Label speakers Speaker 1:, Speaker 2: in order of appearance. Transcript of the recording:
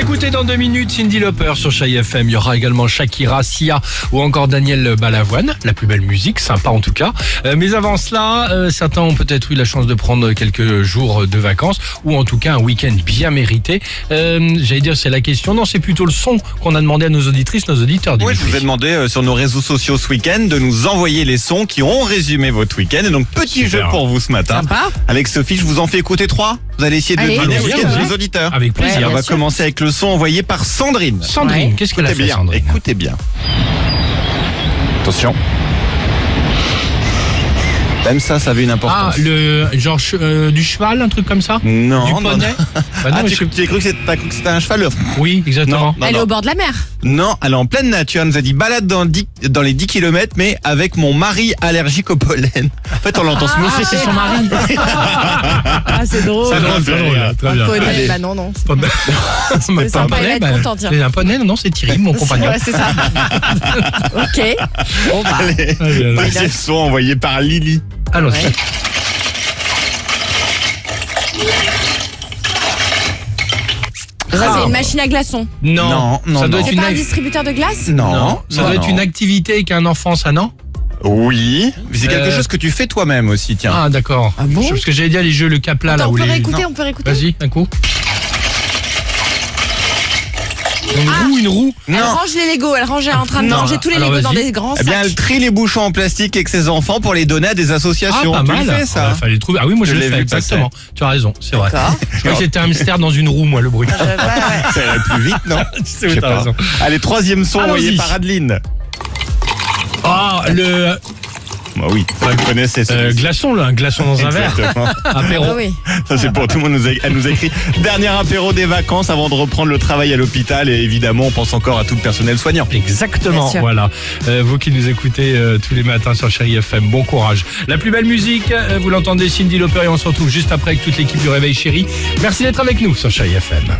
Speaker 1: écouter dans deux minutes Cindy Lauper sur Chai FM. Il y aura également Shakira, Sia ou encore Daniel Balavoine. La plus belle musique, sympa en tout cas. Euh, mais avant cela, euh, certains ont peut-être eu la chance de prendre quelques jours de vacances ou en tout cas un week-end bien mérité. Euh, J'allais dire c'est la question. Non, c'est plutôt le son qu'on a demandé à nos auditrices, nos auditeurs.
Speaker 2: Oui, je
Speaker 1: Dimitri.
Speaker 2: vous ai demandé euh, sur nos réseaux sociaux ce week-end de nous envoyer les sons qui ont résumé votre week-end. Et donc, petit
Speaker 1: Super.
Speaker 2: jeu pour vous ce matin.
Speaker 3: Sympa.
Speaker 2: Avec Sophie, je vous en fais écouter trois. Vous allez essayer de
Speaker 3: Allez,
Speaker 2: deviner le
Speaker 1: allons-y,
Speaker 2: week-end
Speaker 1: ouais.
Speaker 2: des auditeurs.
Speaker 1: Avec
Speaker 2: Et
Speaker 1: plaisir.
Speaker 2: on
Speaker 3: bien
Speaker 2: va
Speaker 3: sûr.
Speaker 2: commencer avec le son envoyé par Sandrine.
Speaker 1: Sandrine,
Speaker 3: Ouais.
Speaker 1: qu'est-ce qu'elle a
Speaker 2: Écoutez
Speaker 1: fait
Speaker 2: bien,
Speaker 1: Sandrine
Speaker 2: écoutez bien. Attention. Même ça, ça avait une
Speaker 1: Ah,
Speaker 2: importance.
Speaker 1: le genre che- euh, du cheval, un truc comme ça
Speaker 2: Non,
Speaker 1: Du
Speaker 2: non, non.
Speaker 1: poney Bah non,
Speaker 2: Mm. Ah,
Speaker 1: je-
Speaker 2: tu, tu as cru que c'était- t'as cru que c'était un cheval
Speaker 1: Oui, exactement.
Speaker 2: Non,
Speaker 3: Elle est
Speaker 2: non.
Speaker 3: au bord de la mer.
Speaker 2: Non, elle est en pleine nature. Elle nous a dit balade dans, le dix- dans les 10 km, mais avec mon mari allergique au pollen. En fait, on l'entend se
Speaker 1: Ah.
Speaker 2: moucher.
Speaker 3: c'est son mari. ah, c'est drôle.
Speaker 2: Ça doit
Speaker 1: C'est drôle, là, très bien.
Speaker 3: Poney,
Speaker 2: Allez.
Speaker 3: bah non, non.
Speaker 1: Pas mal. Mais
Speaker 3: ça
Speaker 1: pas un
Speaker 3: peut
Speaker 1: poney,
Speaker 3: être
Speaker 1: bah,
Speaker 3: content, tiens.
Speaker 1: mais un poney, non, c'est Thierry, mon compagnon.
Speaker 3: Ouais, c'est ça. ok. Bon, bah.
Speaker 2: Allez,
Speaker 1: Allez, allez.
Speaker 2: passez le son envoyé par Lily.
Speaker 1: Allons-y.
Speaker 3: Ouais. Ça, c'est une machine à glaçons.
Speaker 1: Ah, Non,
Speaker 2: Non, non,
Speaker 1: ça doit être
Speaker 2: non.
Speaker 3: C'est
Speaker 1: une
Speaker 3: pas un
Speaker 1: ac-
Speaker 3: distributeur de glace
Speaker 2: Non,
Speaker 1: Non, ça doit être une activité avec un enfant, ça, non
Speaker 2: Oui, mais c'est quelque
Speaker 1: Euh,
Speaker 2: chose que tu fais toi-même aussi, tiens.
Speaker 1: Ah, d'accord.
Speaker 3: Ah bon
Speaker 1: Je- Parce que j'allais dire les jeux, le capla, là,
Speaker 3: Attends, on
Speaker 1: où
Speaker 3: peut
Speaker 1: les...
Speaker 3: réécouter, on peut réécouter.
Speaker 1: Vas-y, un coup. Une
Speaker 3: Ah.
Speaker 1: roue, une roue.
Speaker 3: Elle
Speaker 2: non.
Speaker 3: range les Legos, elle range, elle est en train de
Speaker 2: Non.
Speaker 3: ranger tous les
Speaker 1: Alors,
Speaker 3: Legos dans
Speaker 1: vas-y.
Speaker 3: des grands
Speaker 2: Eh
Speaker 3: sacs.
Speaker 2: bien, elle trie les bouchons en plastique avec ses enfants pour les donner à des
Speaker 1: Ah,
Speaker 2: associations.
Speaker 1: pas
Speaker 2: tu
Speaker 1: mal.
Speaker 2: le fais, ça
Speaker 1: Ah, fallait le trouver. Ah oui, moi je,
Speaker 2: Je
Speaker 1: le
Speaker 2: l'ai
Speaker 1: fais,
Speaker 2: vu
Speaker 1: exactement. Tu as raison, c'est vrai.
Speaker 3: D'accord.
Speaker 1: Je crois que c'était un hamster dans une roue, moi, le bruit.
Speaker 2: Ça irait plus vite, non
Speaker 1: sais,
Speaker 2: Je sais
Speaker 1: t'as
Speaker 2: pas.
Speaker 1: raison.
Speaker 2: Allez, troisième son envoyé
Speaker 1: Allons-y.
Speaker 2: par Adeline.
Speaker 1: Ah, le
Speaker 2: Bah oui, ça le connaissez.
Speaker 1: euh, glaçon, là, un glaçon dans un verre.
Speaker 2: Exactement.
Speaker 1: Apéro.
Speaker 3: Ah oui.
Speaker 2: Ça c'est pour tout le monde. Nous a- Elle nous a écrit dernier apéro des vacances avant de reprendre le travail à l'hôpital et évidemment on pense encore à tout le personnel soignant.
Speaker 1: Exactement,
Speaker 3: Bien sûr.
Speaker 1: voilà. Euh, vous qui nous écoutez euh, tous les matins sur Chéri FM, bon courage. La plus belle musique, euh, vous l'entendez, Cindy Lauper, et on se retrouve juste après avec toute l'équipe du Réveil Chéri. Merci d'être avec nous sur Chéri FM.